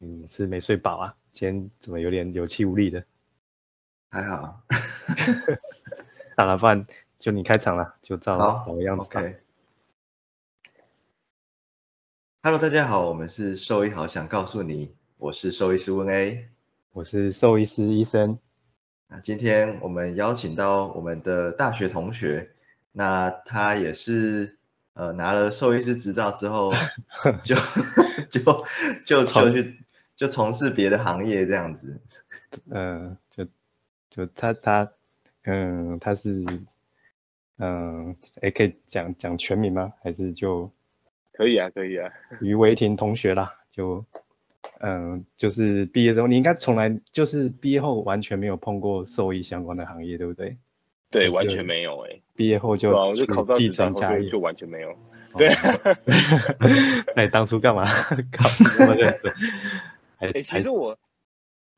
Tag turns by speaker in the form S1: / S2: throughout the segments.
S1: 你嗯是没睡饱啊？今天怎么有点有气无力的？
S2: 还好，
S1: 好了，不然就你开场了，就照
S2: 好
S1: 老样子吧。
S2: ，OK。Hello，大家好，我们是兽医，好想告诉你，我是兽医师温 A。
S1: 我是兽医师医生，
S2: 那今天我们邀请到我们的大学同学，那他也是呃拿了兽医师执照之 后，就就就就
S1: 从
S2: 去就从事别的行业这样子。
S1: 嗯、就就他他，嗯、他是，嗯、诶可以讲讲全名吗？还是就
S3: 可以啊，可以啊，
S1: 于维婷同学啦？就，嗯、就是毕业之后，你应该从来就是毕业后完全没有碰过兽医相关的行业，对不对？
S3: 对，
S1: 是
S3: 完全没有哎、欸，
S1: 毕业后就
S3: 对啊，我就
S1: 去
S3: 考到
S1: 继
S3: 执照
S1: 承
S3: 后
S1: 家业
S3: 就，就完全没有，
S1: 对， 那你当初干嘛 搞这么认真？还
S3: 哎、其
S1: 还
S3: 实我，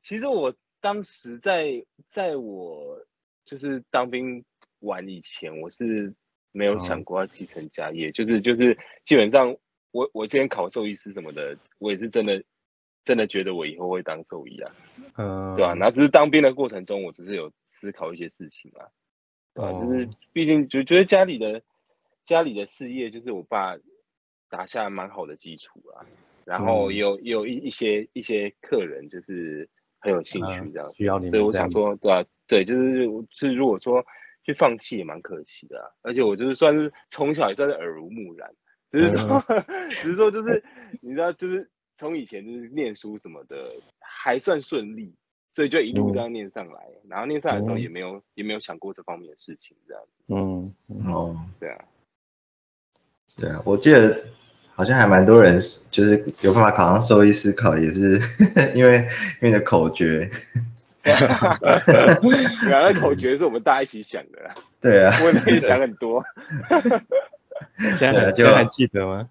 S3: 其实我当时在在我就是当兵完以前，我是没
S1: 哦
S3: 有想过要继承家业，就是就是基本上我我之前考兽医师什么的，我也是真的真的觉得我以后会当兽医啊，
S1: 嗯，
S3: 对吧、啊？然后只是当兵的过程中，我只是有思考一些事情啊，对啊，就是
S1: 哦
S3: 毕竟就觉得家里的家里的事业，就是我爸打下蛮好的基础啊。然后
S1: 嗯
S3: 也有、也有一一些一些客人就是很有兴趣
S1: 嗯
S3: 这样，
S1: 需要你们
S3: 所以我
S1: 这样
S3: 想说，对啊？对，就是我是如果说去放弃也蛮可惜的啊、而且我就是算是从小也算是耳濡目染，只是说、
S1: 嗯
S3: 只是说就是你知道就是从以前就是念书什么的还算顺利，所以就一路这样念上来，然后念上来之后
S1: 嗯
S3: 也没有、也没有想过这方面的事情，这样子，
S1: 嗯，嗯
S2: 哦，
S3: 对啊，
S2: 对啊，我记得好像还蛮多人是就是有办法考上兽医师考，也是 因为因为你的口诀。
S3: 然后口诀是我们大家一起想的啦，
S2: 对啊，
S3: 我也想很多，
S1: 现在
S2: 对啊
S1: 还现
S2: 就
S1: 在还记得吗？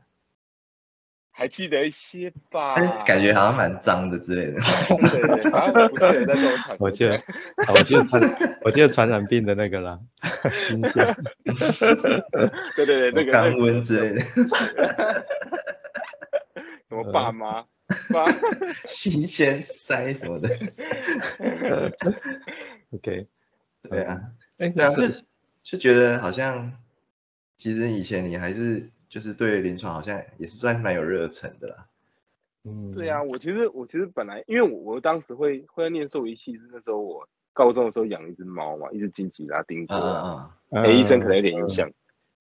S3: 还记得一些吧
S2: 但
S1: 哎
S2: 是，感觉好像蛮脏的之类的。
S3: 对对对，好像不是有在这种场合，
S1: 我记得，啊我记得传，我记得传染病的那个啦，新 鲜，
S3: 对对对，那个那
S2: 肛
S3: 个
S2: 温之类的，
S3: 什
S1: 嗯
S3: 么爸妈，爸，
S2: 新鲜塞什么的，
S1: OK，
S2: 对啊，
S1: 哎，
S2: 对啊，
S1: 是
S2: 就就觉得好像，其实以前你还是就是对临床好像也是算是蛮有热忱的啦，
S1: 嗯，
S3: 对啊，，我其实我其实本来因为我我当时会会念兽医系，是那时候我高中的时候养了一只猫嘛，一只金吉拉丁哥，
S2: 啊
S1: 呃
S3: 哎，医生可能
S1: 嗯
S3: 有点印象，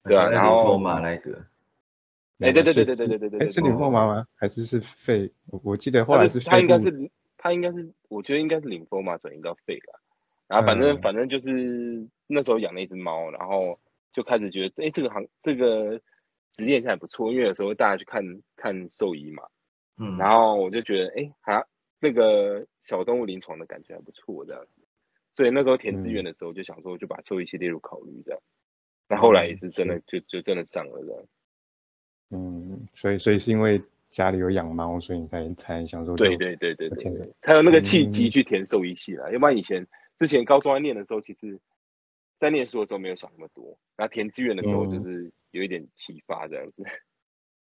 S3: 对啊然后
S2: 嘛那个，
S3: 哎，对对对对
S1: 是
S3: 对对对对
S1: 嗯哎，
S3: 对，
S1: 是
S3: 对
S1: 林凤妈吗？还是是肺？我我记得后
S3: 他
S1: 来
S3: 是
S1: 是
S3: 他
S1: 肺
S3: 应该
S1: 部
S3: 是他应该是，我觉得应该是领风嘛，转移到肺了。然后反正、
S1: 嗯
S3: 反正就是那时候养了一只猫，然后就开始觉得，哎，这个行这个职业现在不错，因为有时候大家去看看兽医嘛，
S2: 嗯，
S3: 然后我就觉得，哎，还那个小动物临床的感觉还不错这样子。所以那时候填
S1: 嗯
S3: 志愿的时候就想说，就把兽医系列入考虑这样。那后来也是真的就就真的上了这样。
S1: 嗯，所以所以是因为家里有养猫，所以你才才想说
S3: 对
S1: 就
S3: 对对对
S1: 我
S3: 对
S1: 天哪
S3: 对，才有那个契机
S1: 嗯
S3: 去填兽医系啦。要不然以前之前高中在念的时候，其实在念书的时候没有想那么多，然后填志愿的时候就
S1: 嗯
S3: 是有一点启发这样子。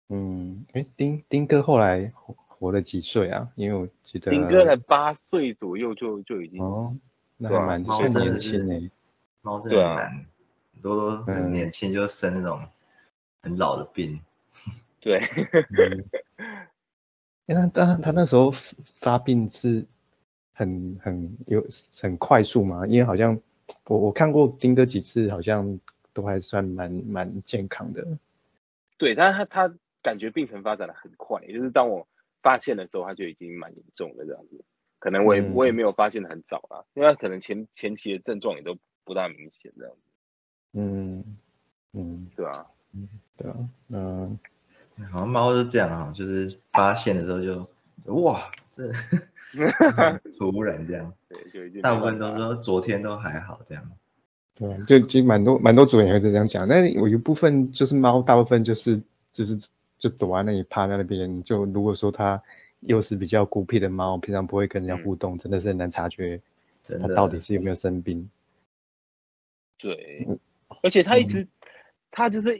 S1: 嗯，哎，丁丁哥后来活活了几岁啊？因为我记得
S3: 林哥才八岁左右就就已经，
S1: 哦，那
S3: 对
S1: 还
S3: 啊
S1: 蛮
S2: 猫
S1: 算
S2: 真的
S1: 年轻
S2: 是
S1: 诶。
S2: 猫真
S3: 对
S2: 的
S3: 啊
S2: 很难，很多都很
S1: 嗯
S2: 年轻就生那种很老的病，
S3: 对，
S1: 嗯，诶那他他那时候发病是很很有很快速嘛？因为好像我我看过丁哥几次，好像都还算蛮蛮健康的。
S3: 对，但是他他感觉病程发展的很快，也就是当我发现的时候，他就已经蛮严重的这样子。可能我也、我也
S1: 嗯
S3: 没有发现的很早啦，因为他可能前前期的症状也都不大明显这样子，
S1: 嗯嗯，
S3: 对吧、
S1: 对啊，嗯，
S2: 好像猫就这样啊，就是发现的时候就哇，这 突然这样，
S3: 对，就已经
S2: 大
S3: 没
S2: 部分
S3: 办
S2: 都
S3: 法
S2: 说昨天都还好这样，
S1: 对啊，就就蛮多蛮多主人也会这样讲。那有一部分就是猫，大部分就是就是就躲在那里趴在那边。就如果说它又是比较孤僻的猫，平常不会跟人家互动，真的是很难察觉
S2: 真
S1: 它
S2: 的
S1: 到底是有没有生病。
S3: 对
S1: 嗯，
S3: 而且他一
S1: 嗯
S3: 直，他就是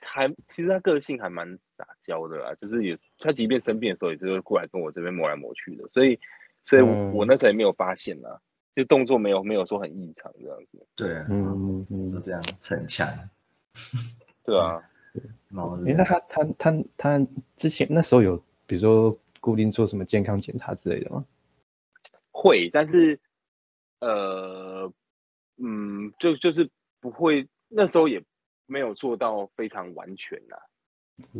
S3: 还其实他个性还蛮撒娇的啦，就是也他即便生病的时候也是会过来跟我这边磨来磨去的，所以所以我、
S1: 嗯
S3: 我那时候也没有发现啦，就动作没有没有说很异常这样子，
S2: 对啊，
S1: 嗯嗯
S2: 都
S1: 嗯。
S2: 这样逞强，
S3: 对啊，
S2: 猫是这
S1: 诶
S2: 样
S1: 哎那他他他他之前那时候有，比如说固定做什么健康检查之类的吗？
S3: 会，但是呃嗯，就就是不会，那时候也没有做到非常完全啦。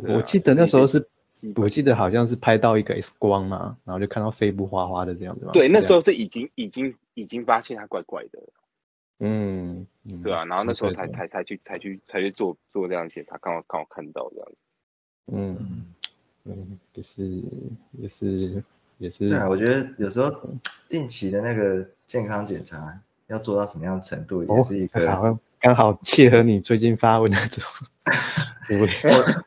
S3: 对啊
S1: 我记得那时候是，
S3: 基本
S1: 我记得好像是拍到一个 X 光嘛，然后就看到肺部花花的哦这样子嘛。
S3: 对，那时
S1: 候，
S3: 候是已经已经已经发现他怪怪的了，
S1: 嗯，嗯
S3: 对啊，然后那时候才
S1: 对对
S3: 才才去才去才去做做这样检查，刚好刚好看到这样子。
S1: 嗯
S2: 嗯，
S1: 嗯，也是也是也是，
S2: 对啊，我觉得有时候定期的那个健康检查要做到什么样的程度，也
S1: 哦
S2: 是一，个
S1: 刚好刚好契合你最近发文的这 种对不对？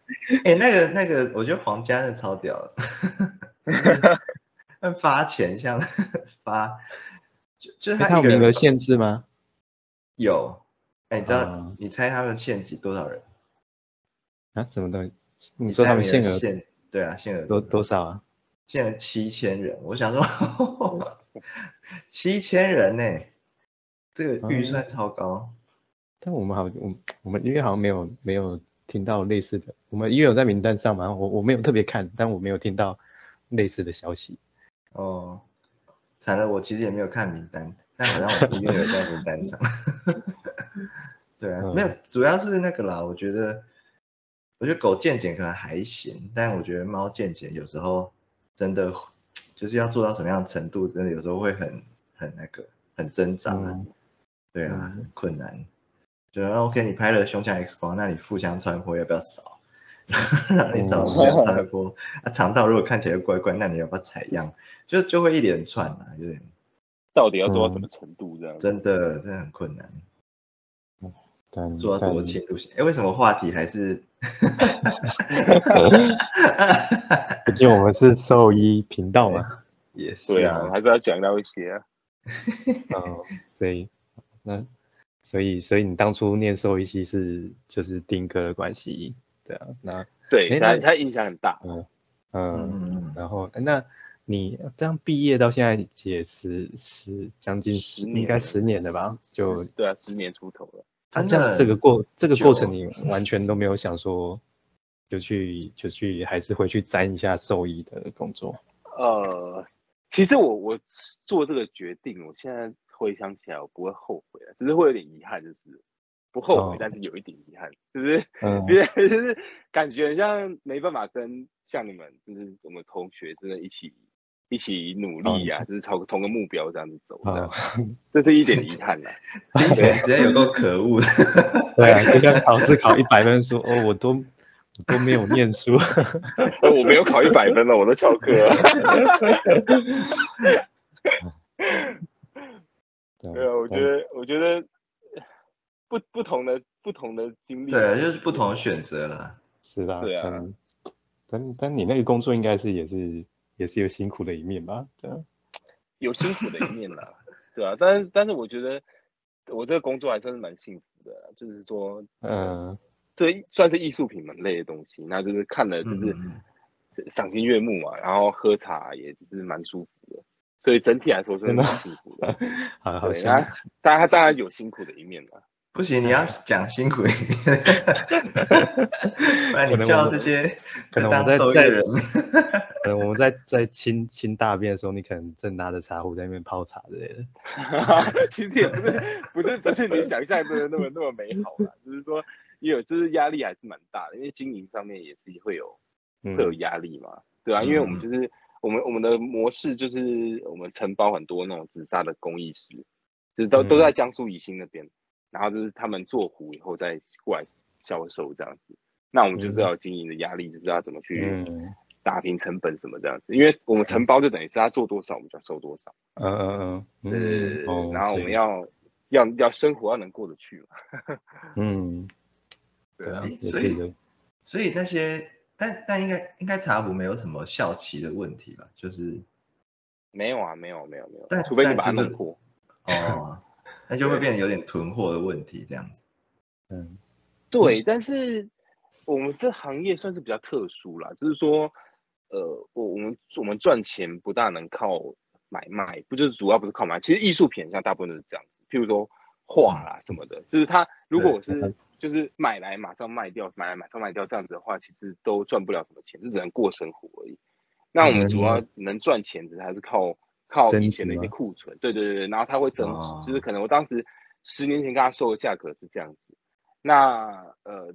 S2: 哎、那个那个，我觉得皇家是超屌的， 那发钱像 发，就就是
S1: 那
S2: 他
S1: 他有
S2: 一个
S1: 名额
S2: 人
S1: 限制吗？
S2: 有，哎、你知道、
S1: 啊
S2: 你猜他们限几多少人？
S1: 啊，什么东西？你
S2: 你
S1: 说
S2: 猜
S1: 他们限
S2: 名
S1: 额
S2: 限对啊，限额
S1: 多
S2: 多
S1: 多少啊？
S2: 限额七千人，我想说 七千人呢、这个预算超高，
S1: 但我们好，我们我们因为好像没有没有听到类似的，我们因为有在名单上嘛，我我没有特别看，但我没有听到类似的消息。
S2: 哦，惨了，我其实也没有看名单，但好像我们医院有在名单上。 对啊，没
S1: 嗯
S2: 有，主要是那个啦，我觉得，我觉得狗健检可能还行，但我觉得猫健检有时候真的就是要做到什么样的程度，真的有时候会很很那个很挣扎、啊，
S1: 嗯
S2: 对啊，很困难。就啊 OK，你拍了胸腔 X 光，那你腹腔穿脱要不要扫？让 你扫腹腔穿脱，啊，肠道如果看起来怪怪，那你要不要采样？就就会一连串啊，有点
S3: 到底要做
S1: 嗯
S3: 到什么程度这样子？
S2: 真的真的很困难，
S1: 但
S2: 做到多侵入性。哎，为什么话题还是？
S1: 但毕竟我们是兽医频道嘛，
S2: 也是
S3: 对
S2: 啊
S3: 啊，，还是要讲到一些啊。
S1: 嗯，所以那所以所以你当初念兽医系是就是丁哥的关系，对啊，那
S3: 对
S1: 诶
S3: 他
S1: 那
S3: 他影响很大，
S1: 嗯
S2: 嗯嗯嗯，
S1: 然后，那你这样毕业到现在也十十将近
S3: 十年
S1: 应该十年了吧？就
S3: 十对啊，十年出头了。
S1: 那
S2: 真
S1: 这样
S2: 的
S1: 这个过这个
S2: 久
S1: 过程，你完全都没有想说就去就去还是回去沾一下兽医的工作。
S3: 呃，其实我我做这个决定，我现在回想起来，我不会后悔啊了，只是会有点遗憾，就是不后
S1: 哦，
S3: 悔但是有一点遗憾，就是
S2: 哦
S1: 嗯
S3: 因为 就是感觉很像没办法跟像你们，就是我们同学真的一起一起努
S2: 哦
S3: 力呀、就是朝同个目标这样子走，这样、
S1: 哦，
S3: 这是一点遗憾啦。
S2: 听起来实在有够可恶 的。
S1: 对啊，就像考试考一百分说哦，我都我都没有念 书，
S3: 哎我没有考一百分了，我都翘课了。 对
S1: 嗯
S3: 啊，我觉得我觉得 不不同的不同的经历，
S2: 对啊，就是不同的选择啦。
S1: 是啦，
S3: 对啊
S1: 嗯。但但你那个工作应该是也是也是有辛苦的一面吧？对啊，
S3: 有辛苦的一面啦，对啊，但是但是我觉得我这个工作还算是蛮幸福的啦，就是说
S1: 嗯
S3: 这算是艺术品门类的东西，那就是看了就
S2: 嗯
S3: 是
S2: 嗯
S3: 赏心悦目嘛，然后喝茶也就是蛮舒服的，所以整体来说是
S1: 真的
S3: 蛮幸福的。
S1: 好好
S3: 对，啊
S1: 辛
S3: 那
S1: 苦
S3: 当然他当然有辛苦的一面啦，
S2: 不行，你要讲辛苦一 点，不然
S1: 可
S2: 你
S1: 能
S2: 叫
S1: 我
S2: 这
S1: 们
S2: 些
S1: 可能我
S2: 当
S1: 们在
S2: 受益
S1: 在
S2: 人，
S1: 可呃能我们在在清清大便的时候，你可能正拿着茶壶在那边泡茶之类的。
S3: 其实也不是不是不是你想象中的那么那么美好啦，就是说也有就是压力还是蛮大的，因为经营上面也是会有
S1: 嗯
S3: 会有压力嘛，对啊，因为我们
S2: 嗯
S3: 就是我们我们的模式就是我们承包很多那种紫砂的工艺师，就是都都
S1: 嗯
S3: 在江苏宜兴那边，然后就是他们做壶以后再过来销售这样子，那我们就是
S1: 嗯
S3: 要有经营的压力，就是要怎么去
S1: 嗯
S3: 打平成本什么这样子，因为我们承包就等于是他做多少我们就要收多少，
S1: 嗯嗯嗯，
S3: 对对对对
S1: 嗯哦
S3: 对，然后我
S1: 所
S3: 们
S1: 以
S3: 要要要生活要能过得去嘛，
S1: 嗯，
S3: 对
S1: 对
S3: 啊
S1: 啊，
S2: 诶
S1: 也
S2: 所
S1: 是
S2: 以
S1: 的
S2: 所以那些，但但应该应该茶壶没有什么效期的问题吧？就是
S3: 没有啊，没有没有没有
S2: 但，
S3: 除非你
S2: 但
S3: 把它
S2: 就是
S3: 弄破，
S2: 哦， 那就会变得有点囤货的问题这样子。
S1: 嗯
S3: 对，但是我们这行业算是比较特殊啦，就是说，呃，我我们我们赚钱不大能靠买卖，不就是主要不是靠买卖。其实艺术品像大部分都是这样子，譬如说画啦什么的，就是它如果我是就是买来马上卖掉，买来马上卖掉这样子的话，其实都赚不了什么钱，就只能过生活而已。那我们主要能赚钱，只是还是靠靠
S1: 嗯增
S3: 以
S1: 值
S3: 前的一些
S1: 吗
S3: 库存，对对对对，然后它会增值，
S2: 哦
S3: 就是可能我当时十年前跟他收的价格是这样子，那呃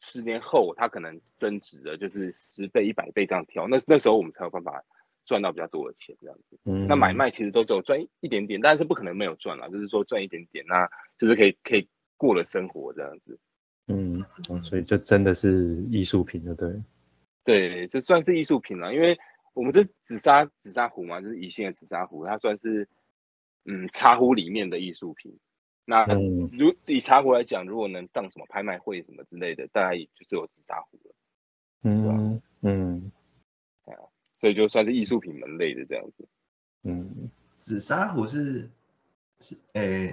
S3: 十年后它可能增值了，就是十倍、一百倍这样跳，那那时候我们才有办法赚到比较多的钱这样子。
S2: 嗯
S3: 那买卖其实都只有赚一点点，但是不可能没有赚啦，就是说赚一点点，那就是可以可以过了生活这样子。
S1: 嗯，哦所以就真的是艺术品，对不对？
S3: 对，这算是艺术品了，因为我们这紫砂紫砂壶嘛，就是宜兴的紫砂壶，它算是嗯茶壶里面的艺术品。那
S1: 嗯，
S3: 如以茶壶来讲，如果能上什么拍卖会什么之类的，大概也就只有紫砂壶了，
S1: 嗯嗯
S3: 所以就算是艺术品门类的这样子。
S1: 嗯，
S2: 紫砂壶是是诶、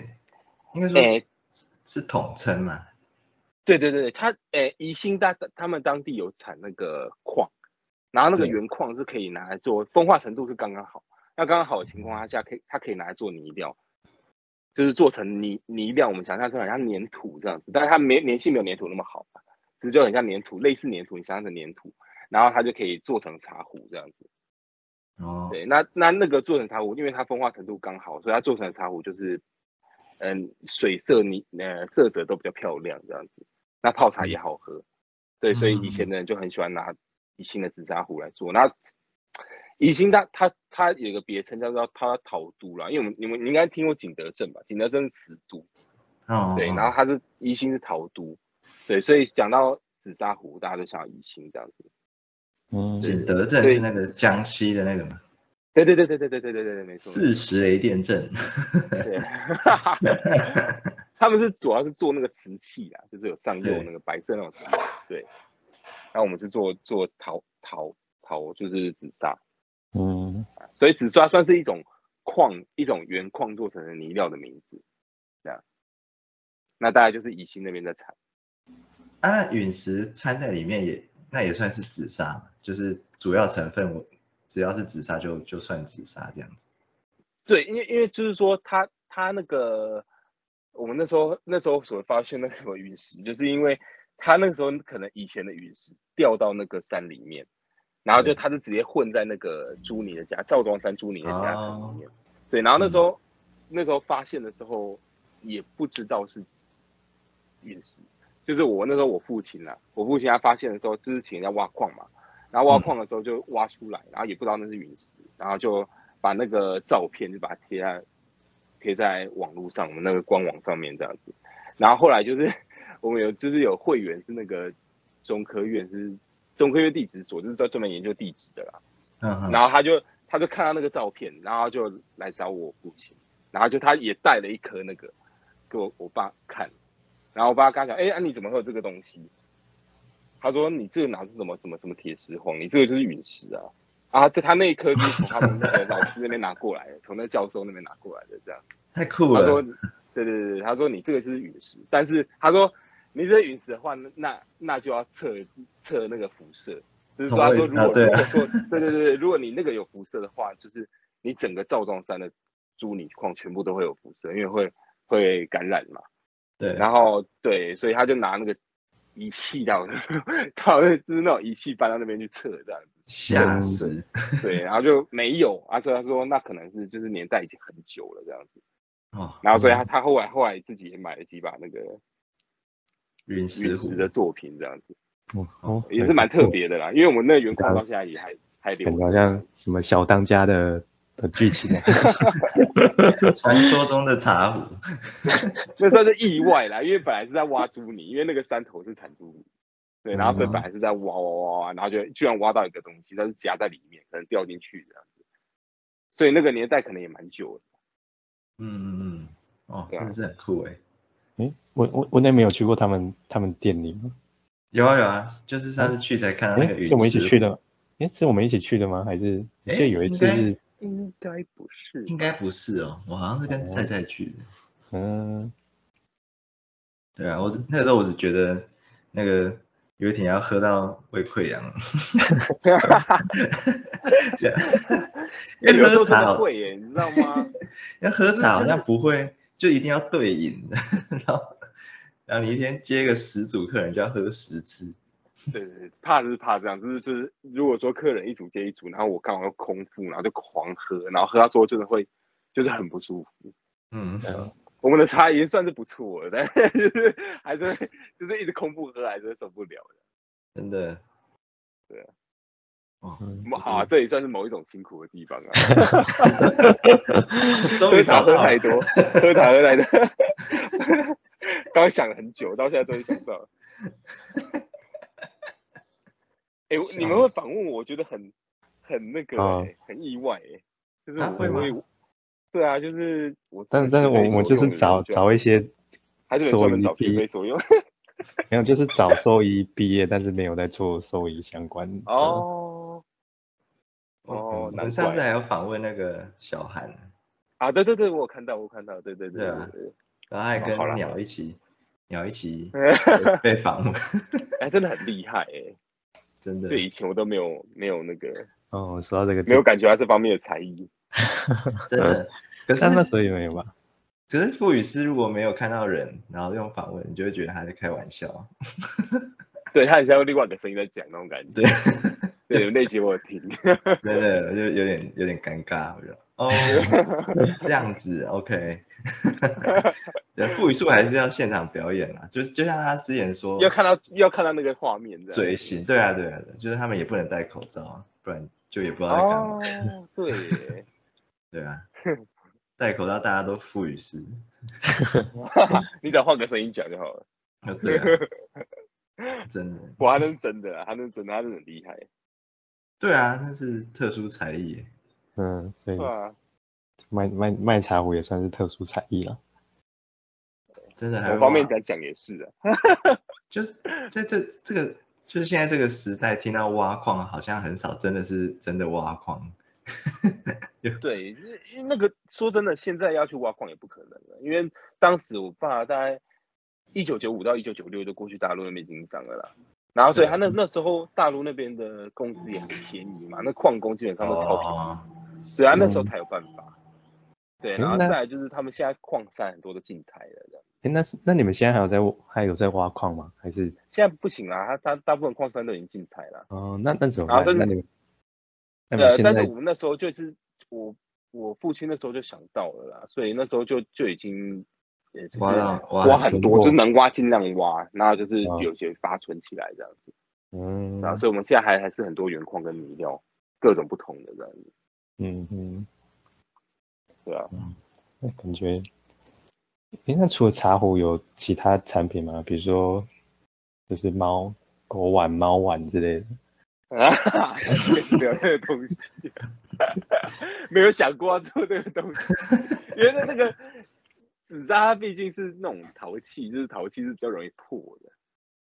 S2: 应该说
S3: 诶、
S2: 是是统称嘛？
S3: 对对对，它诶宜兴大他们当地有产那个矿，然后那个
S1: 对
S3: 原矿是可以拿来做风化程度是刚刚好，那刚刚好的情况下可以它可以拿来做泥料，就是做成泥泥料，我们想象成很像粘土这样子，但是它粘粘性没有粘土那么好，只是就很像粘土，类似粘土，你想象成粘土，然后它就可以做成茶壶这样子。
S2: 哦，
S3: 对，那那那个做成茶壶，因为它风化程度刚好，所以它做成的茶壶就是，嗯，水色泥呃色泽都比较漂亮这样子。那泡茶
S2: 嗯
S3: 也好喝，对，所以以前的人就很喜欢拿宜兴的紫砂壶来做。那宜兴它它它有一个别称叫做它陶都啦，因为我们你们你应该听过景德镇吧？景德镇是瓷都，
S2: 哦，
S3: 对，
S2: 哦
S3: 然后它是宜兴是陶都，对，所以讲到紫砂壶，大家都想到宜兴这样子。
S1: 嗯
S2: 景德镇
S3: 对
S2: 是那个江西的那个嘛，
S3: 对对对对对对对对对对，没错。没错
S2: 四十雷电镇。
S3: 对， 他们是主要是做那个瓷器啊，就是有上釉那个白色那种瓷器。对，那我们是做做陶陶陶，就是紫砂，
S1: 嗯
S3: 所以紫砂算是一种矿，一种原矿做成的泥料的名字。这样，那大概就是宜兴那边在产。
S2: 啊，那陨石掺在里面也，那也算是紫砂嘛，就是主要成分我只要是紫砂就就算紫砂这样子。
S3: 对，因为因为就是说它它那个我们那时候那时候所发现那个什么陨石，就是因为它那时候可能以前的陨石掉到那个山里面，然后就
S2: 对
S3: 它就直接混在那个朱尼的家，赵庄山朱尼的家
S2: 哦
S3: 里面。对，然后那时候、那时候发现的时候也不知道是陨石，就是我那时候我父亲啊，我父亲他发现的时候就是请人家挖矿嘛，然后挖矿的时候就挖出来，然后也不知道那是陨石，然后就把那个照片就把它贴在贴在网络上，我们那个官网上面这样子。然后后来就是我们有就是有会员是那个中科院是中科院地质所，就是专专门研究地质的啦。
S2: 嗯哼，
S3: 然后他就他就看到那个照片，然后就来找我父亲，然后就他也带了一颗那个给我我爸看，然后我爸跟他讲，哎、啊、你怎么会有这个东西？他说你这个哪是什么什么什么铁石黄，你这个就是陨石啊啊！这他那一颗就是从他们那个老师那边拿过来的，从那教授那边拿过来的这样。
S2: 太酷
S3: 他说
S2: 了。：“
S3: 对对对对，他说你这个就是陨石，但是他说你这陨石的话，那那就要测测那个辐射，就是
S2: 同
S3: 说他
S2: 位
S3: 说如果、
S2: 啊对啊
S3: 如果说对对对对，如果你那个有辐射的话，就是你整个赵庄山的朱泥矿全部都会有辐射，因为会会感染嘛。
S2: 对，
S3: 然后对，所以他就拿那个仪器到 到那就是那种仪器搬到那边去测这样子。”
S2: 吓死。
S3: 对，然后就没有，啊，所以他说那可能是就是年代已经很久了这样子，
S2: 哦，
S3: 嗯然后所以他他后来后来自己也买了几把那个
S2: 陨石
S3: 陨
S2: 壶
S3: 石的作品这样子，
S1: 哦，
S3: 也是蛮特别的啦。因为我们那个原
S2: 啊
S3: 矿到现在也还还留
S1: 感觉
S3: 着，
S1: 好像什么小当家的的剧情啊。
S2: 传说中的茶壶。
S3: 那算是意外啦。因为本来是在挖朱泥，因为那个山头是产朱泥，对，然后所以
S2: 嗯
S3: 本来是在挖挖挖挖，然后就居然挖到一个东西，它是夹在里面，可能掉进去这样子。所以那个年代可能也蛮久了。
S2: 嗯嗯嗯，哦，
S3: 对啊
S2: 真是很酷哎。
S1: 诶，我我我那没有去过他们他们店里吗？
S2: 有啊有啊，就是上次去才看到那个
S1: 诶，
S2: 陨石。
S1: 是我们一起去的吗？诶，是我们一起去的吗？还是我记得
S2: 诶
S1: 有一
S2: 应
S1: 次
S2: 该
S1: 是
S3: 应该不是
S2: 应该不是哦，我好像是跟菜菜去的。
S1: 嗯
S2: 对啊，我只那个时候我只觉得那个有一天要喝到胃溃疡 了，这样，因
S3: 哎
S2: 为
S3: 有时
S2: 喝
S3: 候真
S2: 茶
S3: 的
S2: 好
S3: 会耶，你知道吗？
S2: 要喝茶好像不会，就一定要对饮， 然后然后你一天接个十组客人就要喝十次，
S3: 对对对，怕就是怕这样，就是就是，如果说客人一组接一组，然后我刚好又空腹，然后就狂喝，然后喝到最后真的会就是很不舒服。
S2: 嗯，
S3: 我们的茶已经算是不错了，但是就是还是会就是一直空腹喝，还是会受不了的。
S2: 真的，
S3: 对啊，
S2: 哦，
S1: 嗯
S3: 我们好、啊，这也算是某一种辛苦的地方啊。
S2: 终
S3: 喝
S2: 于
S3: 茶
S2: 找
S3: 喝
S2: 到
S3: 太
S2: 了，
S3: 多， 喝茶喝太多，刚想了很久，到现在终于想到了。哎、我你们会反问我，我觉得很很那个、
S1: 啊
S3: 欸，很意外、欸，就是我、
S2: 啊会吗
S3: 我也对啊，就是我，
S1: 但但是我我就是找找一些，
S3: 还是得专门找
S1: 兽医
S3: 学 费所用
S1: 没有就是找兽医毕业，但是没有在做兽医相关的。
S3: 哦。
S2: 我
S3: 哦，
S2: 们
S3: 难
S2: 上次
S3: 怪
S2: 还有访问那个小韩，
S3: 啊！对对对，我有看到，我有看到，对对对
S2: 对
S3: 对
S2: 啊
S3: 对。
S2: 然后还
S3: 哦好
S2: 跟
S3: 啦
S2: 鸟一起，鸟一 起
S3: 对
S2: 被被访问，
S3: 哎，真的很厉害哎！
S2: 真的
S3: 这，以前我都没有没有那个
S1: 哦，说到这个就
S3: 没有感觉到这方面的才艺。
S2: 真 的。可是
S1: 但那时候也没有吧？
S2: 可是傅语师如果没有看到人，然后用访问，你就会觉得他在开玩笑。
S3: 对他很像用另外一个声音在讲那种感觉。
S2: 对，
S3: 对，那集我有 听。
S2: 真的，我就有点有点尴尬，我就哦这样子，OK。对，傅语术还是要现场表演啦，就就像他之前说，
S3: 要看到要看到那个画面，这样
S2: 嘴型，对啊对啊，对就是他们也不能戴口罩啊，不然就也不知道在干嘛。
S3: 哦，对耶，
S2: 对 啊，戴口罩大家都傅语师，
S3: 你只要换个声音讲就好了。
S2: 哦对 啊，真的，
S3: 哇，他那是真的啊，他那是真的，他真的很厉害。
S2: 对啊，那是特殊才艺耶，
S1: 嗯，所以
S3: 对啊，
S1: 卖卖卖茶壶也算是特殊才艺了。
S2: 真的还
S3: 某
S2: 会
S3: 方面
S2: 挖
S3: 讲讲也是啊。
S2: 就是在这这个，就是现在这个时代，听到挖矿好像很少，真的是真的挖矿。
S3: 对，因为因为那个说真的，现在要去挖矿也不可能了，因为当时我爸大概一九九五到一九九六就过去大陆那边经商了啦，然后所以他那那时候大陆那边的工资也很便宜嘛，那矿工基本上都超便宜，
S2: 哦，
S3: 对啊，那时候才有办法。对，
S1: 嗯
S3: 然后
S1: 那
S3: 再来就是他们现在矿山很多都禁采了，这样
S1: 哎，那是那你们现在还有在还有在挖矿吗？还是
S3: 现在不行啦，它大大部分矿山都已经禁采了。
S1: 哦，那那怎么
S3: 啊
S1: 办？
S3: 真
S1: 那
S3: 的
S1: 你们那你们，
S3: 呃
S1: 哎现
S3: 但是
S1: 在
S3: 我们那时候就是我我父亲那时候就想到了啦，所以那时候就就已经呃就是
S2: 挖到挖
S3: 挖
S2: 到
S3: 很
S1: 很
S3: 多，
S1: 多
S3: 就是能挖尽量挖，然后就是
S1: 啊
S3: 有些发存起来这样子，
S1: 嗯
S3: 然后所以我们现在还还是很多原矿跟米料，各种不同的这样子，
S1: 嗯嗯，
S3: 对啊，
S1: 那感觉，哎，那除了茶壶有其他产品吗？比如说就是猫狗碗、猫碗之类的。
S3: 啊，聊那个东西， 没有想过要做那个东西，因为那那个纸扎它毕竟是那种陶器，就是陶器是比较容易破的，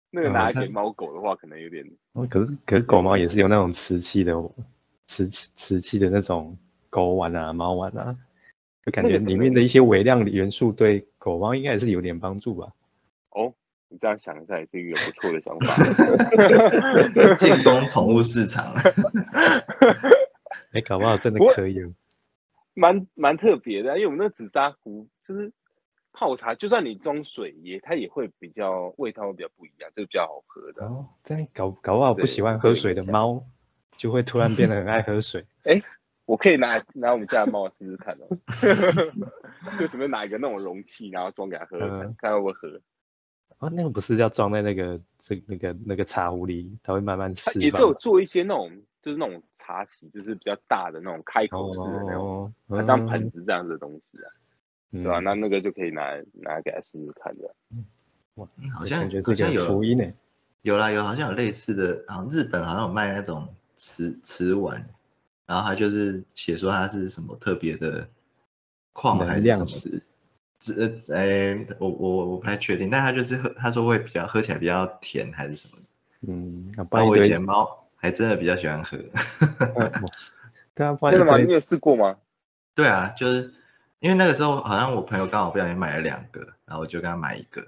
S3: 那个
S1: 嗯
S3: 拿来
S1: 它
S3: 给猫狗的话，可能有点。
S1: 哦，可是可是狗猫也是有那种瓷器的，哦瓷器瓷器的那种狗碗啊、猫碗啊，就感
S3: 那
S1: 觉
S3: 个可
S1: 里面
S3: 能
S1: 的一些微量元素对狗猫应该也是有点帮助吧。
S3: 哦，你这样想一下也是一个不错的想法。
S2: 进攻宠物市场。
S1: 哎，搞不好真的
S3: 不过
S1: 可以哦。
S3: 蛮蛮特别的啊、因为我们那个紫砂壶就是泡茶，就算你装水也，它也会比较味道会比较不一样，这个比较好喝的。啊
S1: 哦，这样搞搞不好不
S3: 对
S1: 喜欢
S3: 有
S1: 喝
S3: 影
S1: 水的
S3: 响
S1: 猫就会突然变得很爱喝 水。
S3: 我可以拿拿我们家的猫试 试看哦，就随便拿一个那种容器，然后装给它喝，看
S1: 嗯
S3: 看它会不会喝。
S1: 哦，那个不是要装在那个这那个那个茶壶里，它会慢慢释
S3: 它也是
S1: 放哦
S3: 有
S1: 吗。
S3: 做一些那种就是那种茶席，就是比较大的那种开口式的那种，
S1: 哦，
S3: 它
S1: 嗯
S3: 当盆，子这样子的东西啊，
S1: 对
S3: 对吧、那那个就可以拿拿给它试试看的。
S2: 嗯 好像
S1: 感觉
S2: 好
S1: 是
S2: 像
S1: 个
S2: 有
S1: 福音呢。
S2: 有啦有，好像有类似的，好像日本好像有卖那种瓷瓷碗，然后他就是写说它是什么特别的矿还
S1: 能
S2: 是什
S1: 量
S2: 么
S1: 石，
S2: 这呃哎，我我我不太确定，但他就是喝，他说会比较喝起来比较甜还是什么的。
S1: 嗯，那不
S2: 那
S1: 然一
S2: 我以
S1: 堆
S2: 前猫还真的比较喜欢喝。
S1: 对啊，不然
S3: 真的吗？
S1: 一
S3: 你
S1: 堆
S3: 有试过吗？
S2: 对啊，就是因为那个时候好像我
S1: 啊
S2: 朋友刚好不小心买了两个，然后我就跟他买一个，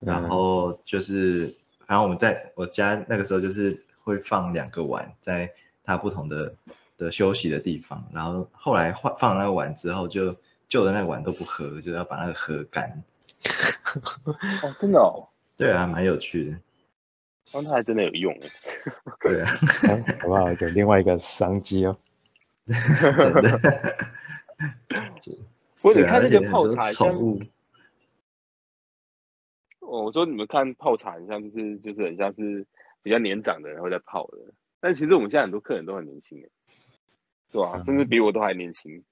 S2: 然
S1: 嗯
S2: 后就是然后我们在我家那个时候就是会放两个碗在它不同的的休息的地方，然后后来换放了那个碗之后就，旧的那个碗都不喝，就要把那个喝干。
S3: 哦，真的哦，
S2: 对啊，蛮有趣的。
S3: 那它还真的有用，欸
S2: 对 啊，
S1: 好好不好？有另外一个商机哦。
S2: 真的。
S3: 不过
S2: 对
S3: 你
S2: 啊
S3: 看那
S2: 而且
S3: 个
S2: 很
S3: 泡
S2: 多
S3: 茶像
S2: 宠物，
S3: 哦，我说你们看泡茶很像，就是就是很像是比较年长的人会在泡的，但其实我们现在很多客人都很年轻的，对啊，
S1: 嗯
S3: 甚至比我都还年轻，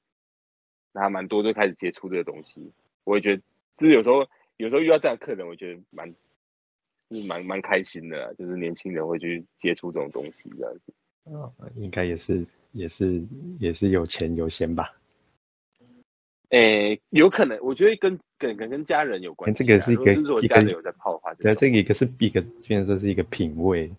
S3: 那还蛮多就开始接触这个东西，我也觉得就是有时候有时候遇到这样的客人，我觉得蛮就是蛮蛮开心的啊，就是年轻人会去接触这种东西这样子，
S1: 哦应该也是也是也是有钱有闲吧？
S3: 诶，有可能我觉得跟跟跟跟家人有关系
S1: 这
S3: 啊、
S1: 个是一
S3: 如果
S1: 个
S3: 如果
S1: 一
S3: 家
S1: 个
S3: 人有在泡的话就
S1: 对啊，
S3: 懂，
S1: 这个一个是一个，变成说是一个品味，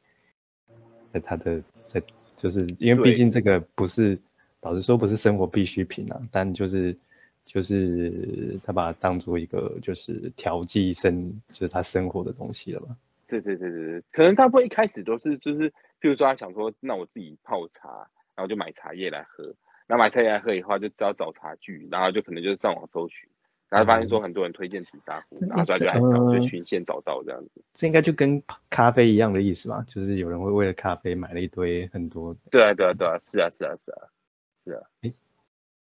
S1: 在他的在就是因为
S3: 对
S1: 毕竟这个不是老实说不是生活必需品啊，但就是就是他把它当做一个就是调剂生就是他生活的东西了吧？
S3: 对对对对对，可能大部分一开始都是就是，譬如说他想说，那我自己泡茶，然后就买茶叶来喝，然后买茶叶来喝以后，他就知道找茶具，然后就可能就是上网搜寻，然后发现说很多人推荐紫砂壶，然后所以他就来找，就循线找到这样子。
S1: 这应该就跟咖啡一样的意思吧？就是有人会为了咖啡买了一堆很多
S3: 对啊对啊对啊，是啊是啊是啊，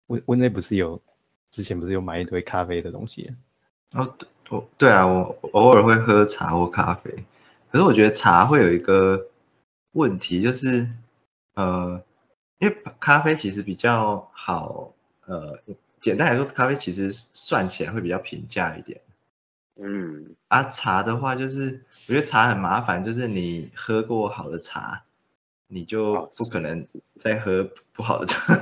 S1: 温温内不是有之前不是有买一堆咖啡的东西？啊
S2: 哦，对我对啊，我我偶尔会喝茶或咖啡，可是我觉得茶会有一个问题，就是呃，因为咖啡其实比较好，呃，简单来说，咖啡其实算起来会比较平价一点。
S3: 嗯，
S2: 啊，茶的话就是，我觉得茶很麻烦，就是你喝过好的茶，你就
S3: 哦
S2: 不
S3: 是
S2: 可能再喝不好的茶。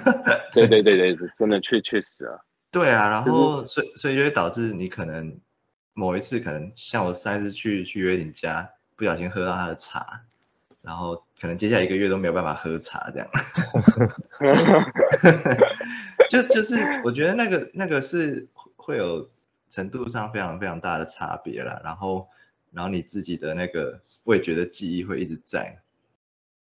S3: 对对对对，是真的确确实啊，
S2: 对啊，然
S3: 就是
S2: 后所以所以就会导致你可能某一次可能像我上一次去去约你家，不小心喝到他的茶，然后可能接下来一个月都没有办法喝茶这样。 就就是我觉得那个那个是会有程度上非常非常大的差别啦，然后然后你自己的那个味觉的记忆会一直在，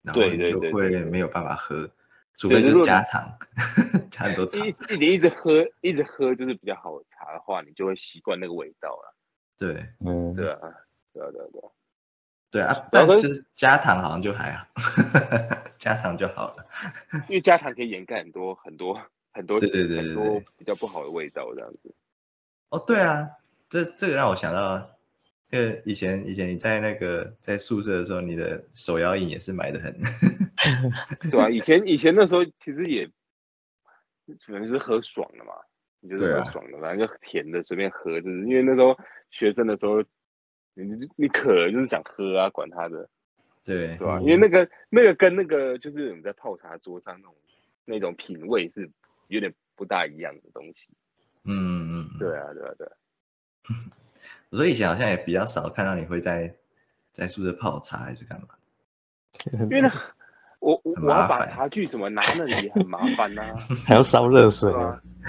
S2: 然后
S3: 对
S2: 你
S3: 对
S2: 就
S3: 对对
S2: 会
S3: 对
S2: 没有办法喝，除
S3: 对
S2: 非
S3: 就是是
S2: 加糖， 加很多糖
S3: 一。直一直一直喝一直喝就是比较好的茶的话，你就会习惯那个味道了。
S2: 对
S1: 嗯，
S3: 对啊对啊对啊对啊，
S2: 对啊，
S3: 然
S2: 但
S3: 后跟
S2: 就是加糖好像就还好， 加糖就好了。
S3: 因为加糖可以掩盖很多很多很多
S2: 对对对对
S3: 很多
S2: 对
S3: 比较不好的味道这样 子。
S2: 哦，对啊，这这个让我想到，呃，以前以前你在那个在宿舍的时候，你的手摇饮也是买的很。
S3: 对啊，以前以前那时候其实也，可能是喝爽了嘛，你就是
S2: 对
S3: 喝
S2: 啊
S3: 爽了，反正就甜的随便喝，就是因为那时候学生的时候，你你渴了就是想喝啊，管他的，
S2: 对
S3: 对吧、
S1: 嗯
S3: 因为那个那个跟那个就是我们在泡茶桌上那种那种品味是有点不大一样的东西。
S2: 嗯嗯，嗯
S3: 对。啊，对啊，对啊。
S2: 我说以前好像也比较少看到你会在在宿舍泡茶还是干嘛？
S1: 因
S3: 因为那我我
S2: 很
S3: 我要
S2: 麻
S3: 把
S2: 烦
S3: 茶具什么拿那里也很麻烦啊呐、
S1: 还要烧热水
S3: 对
S1: 哦
S3: 啊，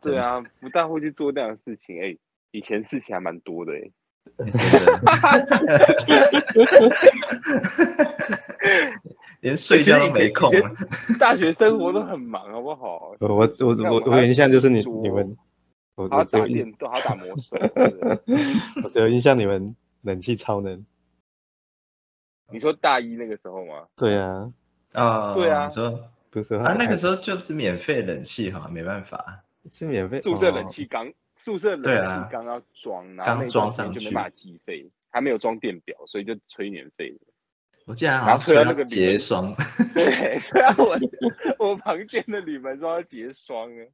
S3: 对啊，不大会去做那样的事情。哎、以前事情还蛮多的哎、
S2: 哎真的 连睡觉都没空
S3: 其实以前。以前 大学生活都很忙，好不好？
S1: 呃我我我
S3: 那
S1: 我
S3: 我
S1: 我
S3: 还
S1: 有印象就是你
S3: 煮
S1: 你们，我
S3: 还要
S1: 我只
S3: 打
S1: 有印
S3: 电动，还要打魔 兽。对不对
S1: 我只有印象你们冷气超冷。
S3: 你说大一那个时候吗？
S1: 对啊，
S2: 啊
S3: 对啊
S2: 你说
S1: 不是
S2: 啊，那个时
S1: 候
S2: 候就是免费冷气哈，没办法。
S1: 是免费哦
S3: 宿舍冷气刚，宿舍冷
S2: 对啊
S3: 气刚要装，然
S1: 啊
S3: 后
S2: 刚
S3: 那一
S2: 装
S3: 段时间
S2: 上
S3: 就没
S2: 去
S3: 办法计费，还没有装电表，所以就吹免费 的。
S2: 我记得好像
S3: 然后吹到那个
S2: 结霜，
S3: 对，虽然我我旁边的铝门窗要结霜了。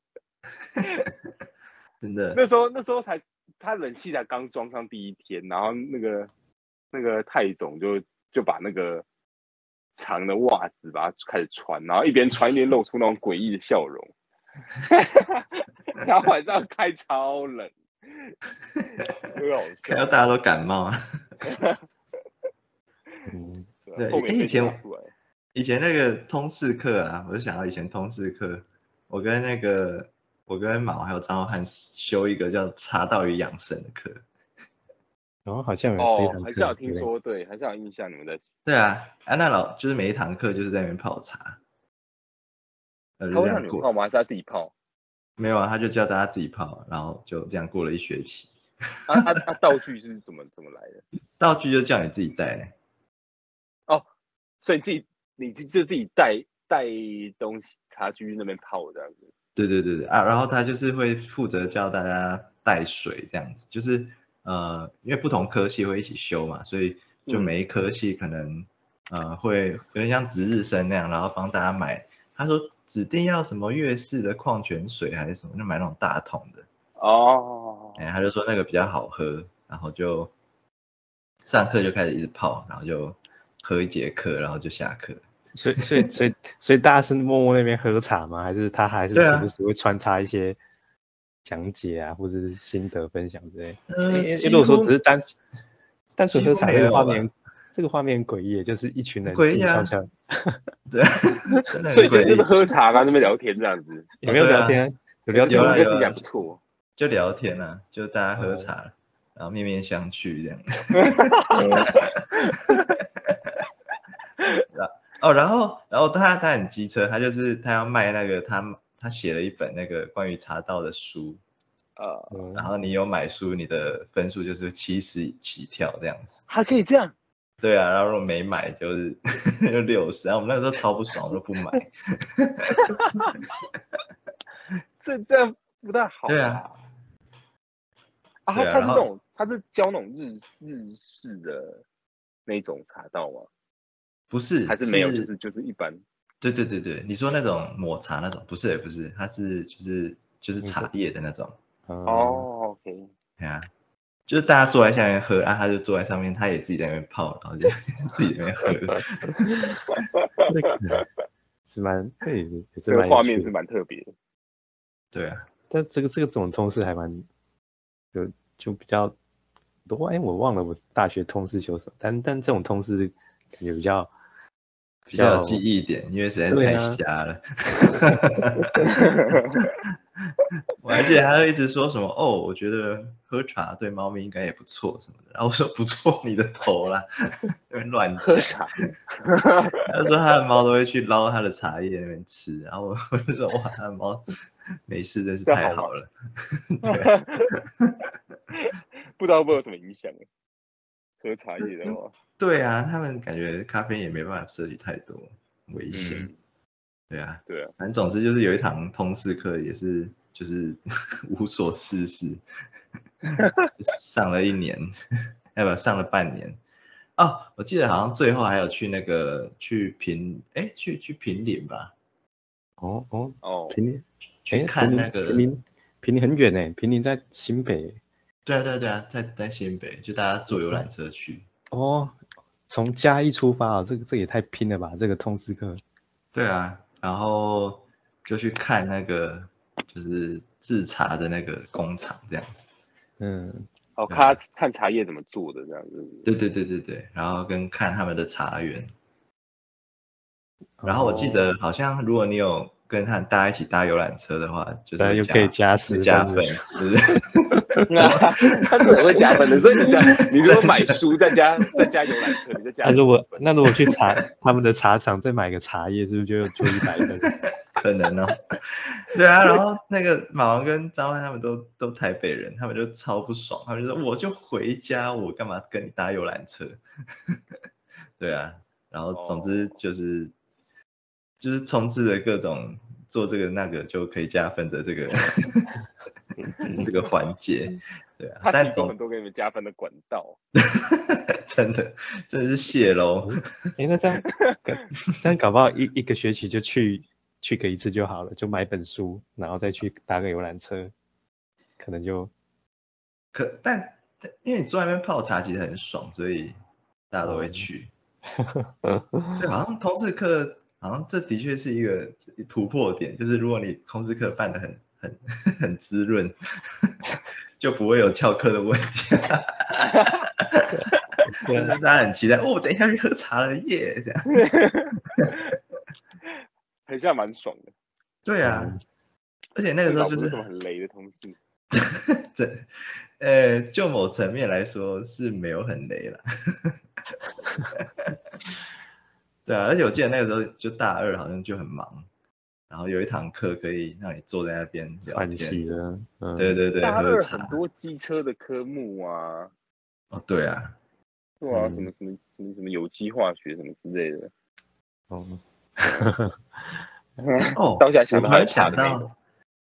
S2: 真的。
S3: 那时候那时候才他冷气才刚装上第一天，然后那个那个泰总就就把那个长的袜子把它开始穿，然后一边穿一边露出那种诡异的笑容， 然后晚上开超冷，很好
S2: 看到
S3: 笑。
S2: 大家都感冒。
S1: 嗯，
S2: 对
S3: 后面
S2: 因为以前
S3: 被抓出来
S2: 以前那个通识课啊，我就想到以前通识课，我跟那个我跟毛还有张浩瀚修一个叫茶道与养生的课。
S1: 然后好像
S2: 嗯
S1: 有这一
S3: 哦
S1: 堂，
S3: 很
S1: 课
S3: 像有听
S1: 对
S3: 说，对，很像有印象，你们在
S2: 对啊，安娜老就是每一堂课就是在那边泡茶，呃，
S3: 他
S2: 就这
S3: 会让
S2: 样
S3: 你们
S2: 过
S3: 泡吗？还是他自己泡？
S2: 没有啊，他就教大家自己泡，然后就这样过了一学期。
S3: 啊啊啊！道具是怎么怎么来的？
S2: 道具就叫你自己带，
S3: 哦所以自己你自就自己带带东西，茶具那边泡这样子。
S2: 对对对对啊，然后他就是会负责教大家带水这样子，就是呃，因为不同科系会一起修嘛，所以就
S3: 嗯
S2: 每一科系可能、呃会有点像值日生那样，然后帮大家买。他说指定要什么月式的矿泉水还是什么，就买那种大桶的，
S3: 哦，
S2: 哎、他就说那个比较好喝，然后就上课就开始一直泡，然后就喝一节课，然后就下课。
S1: 所以所以所以所以大家是默默那边喝茶吗？还是他还是
S2: 对啊
S1: 时不时会穿插一些讲解啊，或者是心得分享之类？因为
S2: 呃，
S1: 因为如果说只是单单纯
S2: 几
S1: 喝
S2: 乎
S1: 茶，
S2: 没
S1: 这个
S2: 有
S1: 画
S2: 吧
S1: 面这个画面很诡异，就是一群人
S2: 很诡
S1: 静
S2: 异啊
S1: 悄悄，
S2: 对，真的很
S3: 所以就
S2: 诡
S3: 就
S2: 异，
S3: 是喝茶啊嘛，那边聊天这样子。
S1: 有没有
S2: 对
S1: 聊
S2: 啊
S1: 天啊？有聊天
S2: 有
S1: 吗
S2: 啦
S3: 这听起来
S2: 啦
S3: 不错。
S2: 就聊天啊，就大家喝
S3: 哦
S1: 嗯
S2: 茶，然后面面相觑这样。 哦，然后然后他他很机车，他就是他要卖那个他他写了一本那个关于茶道的书，
S3: 呃，
S1: 嗯
S2: 然后你有啊买书，你的分数就是七十起跳这样子。
S3: 还可以这样，
S2: 对啊，然后如果没买就是 就六十，然后我们那个时候超不爽，我们就不买。
S3: 这这样不太 好。
S2: 对
S3: 啊
S2: 啊，
S3: 啊，他
S2: 对啊
S3: 他
S2: 然
S3: 是
S2: 后
S3: 那种他是教那种日日式的那种茶道吗？
S2: 不是，
S3: 还是没有？就是就是一般。
S2: 对对对对，你说那种抹茶那种，不是不是，它是就是就是
S1: 你
S2: 茶叶的那种，
S1: 哦，
S3: 哦，OK。
S2: 对啊，就是大家坐在下面喝，啊，他就坐在上面，他也自己在那边泡，然后就 自己在那 边喝。
S1: 这个 是蛮这也是也是
S3: 这个
S1: 蛮
S3: 画
S1: 有
S3: 面
S1: 趣
S3: 是
S1: 的，
S3: 蛮特别的。
S2: 对啊，
S1: 但这个这个这种通识还蛮就就比较多。哎，我忘了我大学通识修什么，但但这种通识感觉比较
S2: 比较有
S1: 较
S2: 记忆点，因为实在是
S1: 哦对
S2: 太
S1: 啊
S2: 瞎了。我还记得他就一直说什么哦，我觉得喝茶对猫咪应该也不错什么的，然后我说不错你的头啦，那边乱讲。
S3: 喝茶，
S2: 他说他的猫都会去捞他的茶叶那边吃，然后我我就说哇，他的猫没事真是
S3: 这样
S2: 太
S3: 好
S2: 好了。对啊，
S3: 不知道会不会有什么影响？喝茶叶的话，
S2: 对啊，他们感觉咖啡因也没办法摄取太多，危险。
S3: 嗯，
S2: 对啊，
S3: 对啊，
S2: 反正总之就是有一堂通识课也是就是 无所事事，上了一年，哎不上了半年。哦，我记得好像最后还有去那个去平哎去去平顶吧，
S1: 哦哦，
S3: 哦，
S1: 平林
S2: 去
S1: 哎
S2: 看
S1: 平
S2: 那
S1: 林
S2: 个
S1: 平林平林很远哎，平林在新北
S2: 对啊，对啊，对啊，在在新北，就大
S1: 嗯
S2: 家坐游览车去。
S1: 哦，从嘉义出发啊，这个这个也太拼了吧，这个通识课
S2: 对啊，然后就去看那个就是制茶的那个工厂这样子。
S1: 嗯，
S3: 哦，
S2: 对
S3: 看他看茶叶怎么做的这样子。
S2: 对对对对对，然后跟看他们的茶园。然后我记
S1: 哦
S2: 得好像如果你有跟他大家一起搭游览车的话，就是
S1: 那
S2: 会
S1: 又可以加
S2: 会
S1: 十
S2: 加
S1: 分
S2: 分
S1: 的，
S2: 对不对？
S3: 他是很会加分的，所以你的你如果买书再加再加游览车，你就加
S1: 那
S3: 十
S1: 如果
S3: 分
S1: 那如果去茶 他们的茶厂再买个茶叶，是不是就就一百分？
S2: 可能哦。 对啊，然后那个马王跟张翰他们都都台北人，他们就超不爽，他们
S3: 嗯
S2: 就说我就回家，我干嘛跟你搭游览车？ 对啊，然后总之
S3: 哦
S2: 就是、就是充斥着各种做这个那个就可以加分的这 个这个环节。对啊，
S3: 嗯他提
S2: 但
S3: 供
S2: 总
S3: 很多给你们加分的管道。
S2: 真的真的是泄露，
S1: 哎，那这样 搞这样搞不好一一个学期就去去个一次就好了，就买本书，然后再去搭个游览车，可能就
S2: 可但但因为你坐在那边泡茶其实很爽，所以大家都会
S1: 嗯
S2: 去。
S1: 嗯
S2: 对，好像通识课，好像这的确是一个突破点，就是如果你通识课办的很很很滋润，就不会有翘课的问题。
S1: 对
S2: 就是
S1: 啊
S2: 大家很期待哦，我等一下去喝茶了耶，这样。
S3: 很像蛮爽的，
S2: 对啊
S1: 嗯，
S2: 而且那个时候就
S3: 至少
S2: 是
S3: 不什么很雷的东西。
S2: 对，呃，就某层面来说是没有很雷了。 对啊，而且我记得那个时候就大二好像就很忙，然后有一堂课可以让你坐在那边聊
S1: 换
S2: 天。
S1: 戏了，嗯，
S2: 对对对，
S3: 大
S2: 喝
S3: 二很
S2: 茶。
S3: 多机车的科目啊，
S2: 哦，对啊，
S3: 对啊，
S1: 嗯
S3: 什么什么什么什么有机化学什么之类 的。
S1: 哦，
S2: 哦，
S3: 当下想
S2: 我
S3: 到
S2: 突然
S3: 还吓
S2: 想
S3: 得没
S2: 到，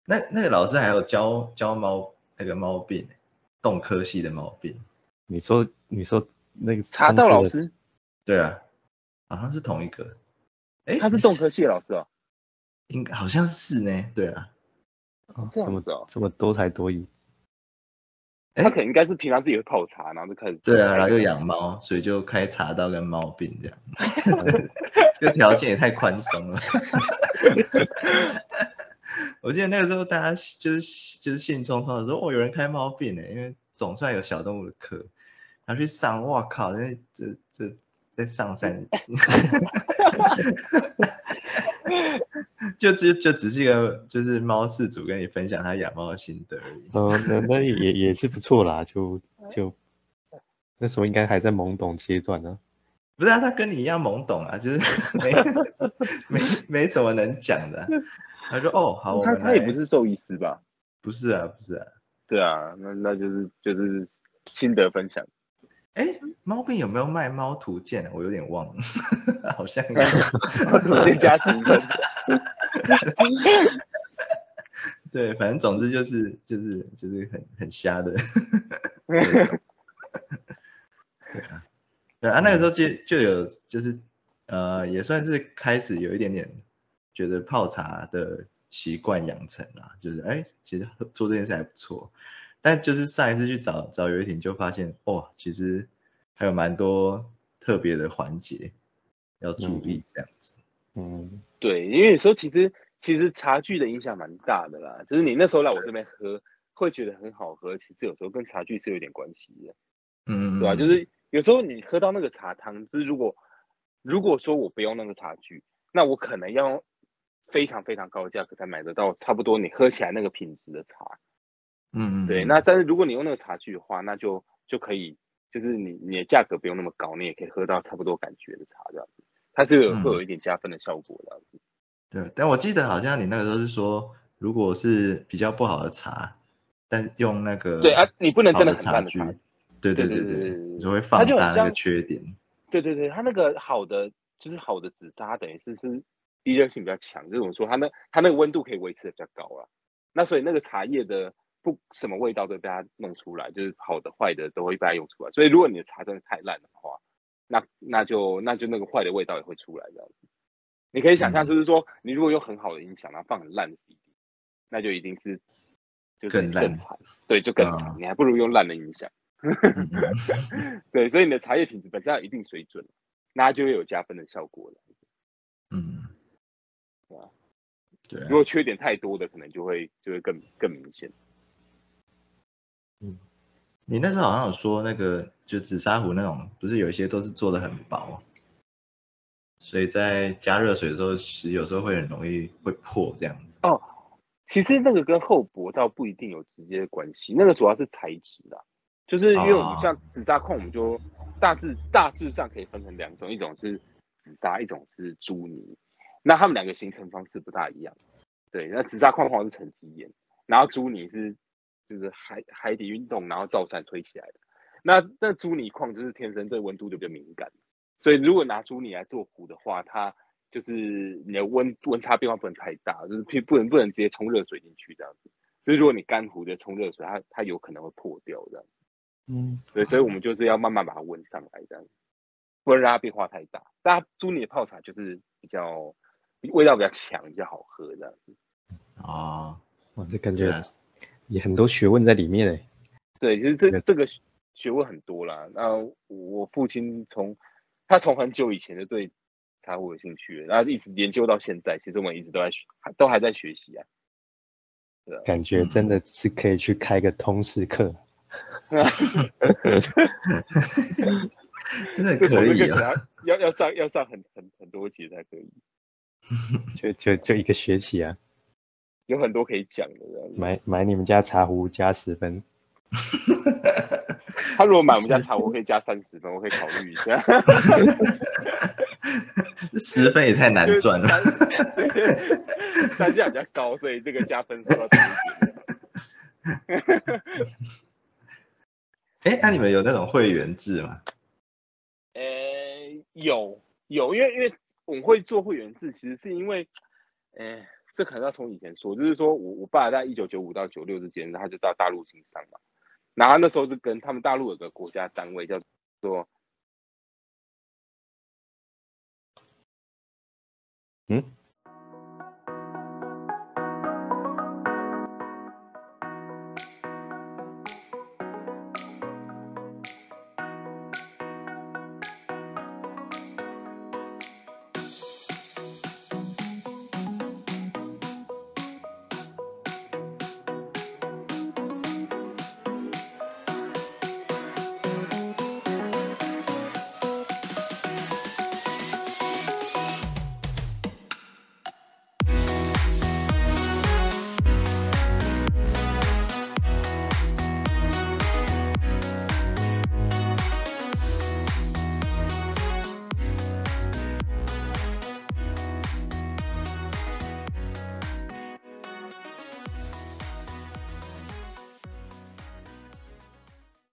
S2: 那那个老师还有教教猫那个猫病，欸动科系的猫病。
S1: 你说你说那个
S3: 查到老师，
S2: 对啊，好像是同一个。哎，
S3: 他是动科系的老师哦，
S2: 应该好像是呢。对啊，
S1: 哦
S3: 这
S1: 这
S3: 样
S1: 么
S3: 子哦
S1: 这么多才多艺，
S2: 哎
S3: 他可能应该是平常自己会泡茶，然后就开始
S2: 对啊，然后又养猫，所以就开茶道跟猫病这样。这个条件也太宽松了。 我记得那个时候大家就是就是兴冲冲的说，哦，有人开猫病呢，因为总算有小动物的课，然后去上，哇靠，那这这在上山， 就只就只是一个就是猫饲主跟你分享他养猫的心得而已。
S1: 呃，那那也也是不错啦， 就
S3: 哎
S1: 就那时候应该还在懵懂阶段呢、
S2: 不是啊，他跟你一样懵懂啊，就是 没没没什么能讲的啊、他说：“哦，好，我
S3: 他
S2: 们
S3: 他也
S2: 来
S3: 不是兽医师吧？
S2: 不是啊，不是啊。
S3: 对啊，那那就是就是心得分享。
S2: 哎，猫病有没有卖猫图鉴啊？我有点忘了， 好像 有
S3: 再加十分，
S2: 对，反正总之就是就是就是很很瞎 的。啊对啊，那个时候
S3: 嗯
S2: 就就有就是呃，也算是开始有一点点觉得泡茶的习惯养成啦，就是哎，其实喝做这件事还不错。但就是上一次去找找游艇，就发现哦，其实还有蛮多特别的环节要注意这样子。
S1: 嗯，
S3: 对，因为有时候其实其实茶具的影响蛮大的啦，就是你那时候来我这边喝，会觉得很好喝，其实有时候跟茶具是有点关系的，
S2: 嗯，
S3: 对吧、就是有时候你喝到那个茶汤，就是如果如果说我不用那个茶具，那我可能要用非常非常高的价格才买得到差不多你喝起来那个品质的茶。
S2: 嗯嗯，
S3: 对，
S2: 嗯
S3: 那但是如果你用那个茶具的话，那就就可以，就是你你的价格不用那么高，你也可以喝到差不多感觉的茶这样子，它是有
S2: 嗯
S3: 会有一点加分的效果这样子。
S2: 对，但我记得好像你那个时候是说，如果是比较不好的茶，但用那个
S3: 对啊，你不能
S2: 好
S3: 真的
S2: 的
S3: 很烂
S2: 茶
S3: 的
S2: 具
S3: 茶，，
S2: 对
S3: 对
S2: 对
S3: 对对
S2: 对，
S3: 对
S2: 你
S3: 对
S2: 就会
S3: 它
S2: 放
S3: 就很
S2: 大那个
S3: 像
S2: 缺点。
S3: 对对对，它那个好的就是好的紫砂，等于是是易热性比较强，就是我们说它那它那个温度可以维持的比较高啊。那所以那个茶叶的不什么味道都被它弄出来，就是好的坏的都会被它用出来。所以如果你的茶真的太烂的话，那那就那就那个坏的味道也会出来这样子。你可以想象，
S2: 嗯
S3: 就是说你如果用很好的音响，然后放很烂的 CD，那就一定是就是
S2: 更烂
S3: 惨，对，就更惨。
S2: 啊
S3: 你还不如用烂的音响。
S2: 嗯嗯
S3: 对，所以你的茶叶品质本身要有一定水准，那就会有加分的效果了。
S2: 嗯，
S3: 对啊
S2: 对啊
S3: 如，果缺点太多的，可能就会就会更更明显。
S2: 你那时候好像有说那个就紫砂壶那种，不是有一些都是做的很薄，所以在加热水的时候，其实有时候会很容易会破这样子。
S3: 哦，其实那个跟厚薄倒不一定有直接的关系，那个主要是材质啦。就是因为我们
S2: 哦
S3: 像紫砂控，我们就大致大致上可以分成两种，一种是紫砂，一种是朱泥。那它们两个形成方式不大一样。对，那紫砂矿黄是沉积岩，然后朱泥是就是海海底运动，然后造山推起来的。那那朱泥矿就是天生对温度就比较敏感，所以如果拿朱泥来做壶的话，它就是你的温温差变化不能太大，就是不不能不能直接冲热水进去这样子。就是如果你干壶的冲热水，它它有可能会破掉这样。
S1: 嗯，
S3: 对，所以我们就是要慢慢把它温上来，这样，不能让它变化太大。但它猪泥的泡茶就是比较味道比较强，比较好喝这样子。
S2: 哦，
S1: 哇，这感
S2: 对
S1: 觉
S2: 啊，
S1: 也很多学问在里面诶。
S3: 对，其实这
S1: 对
S3: 这个学学问很多啦。那我父亲从他从很久以前就对茶壶有兴趣了，然后一直研究到现在。其实我们一直都在学，还都还在学习啊。
S1: 感觉
S3: 嗯
S1: 真的是可以去开个通识课，
S2: 真的
S3: 这讨
S2: 可
S3: 论
S2: 以
S3: 课
S2: 啊
S3: 可能。要要要上要上很很很多节才可以，
S1: 就就就一个学期啊，
S3: 有很多可以讲的这样子。
S1: 买买你们家茶壶加十分，
S3: 他如果买我们家茶，我可以加三十分，我可以考虑一下。
S2: 十分也太 难赚 了。
S3: 单价比较高，所以这个加分数要多一点。
S2: 哎，那、你们有那种会员制吗？
S3: 呃，有有，因为因为我们会做会员制，其实是因为，呃，这可能要从以前说，就是说我我爸在一九九五到九六之间，他就到大陆经商嘛，然后他那时候是跟他们大陆有个国家单位叫做
S1: 嗯，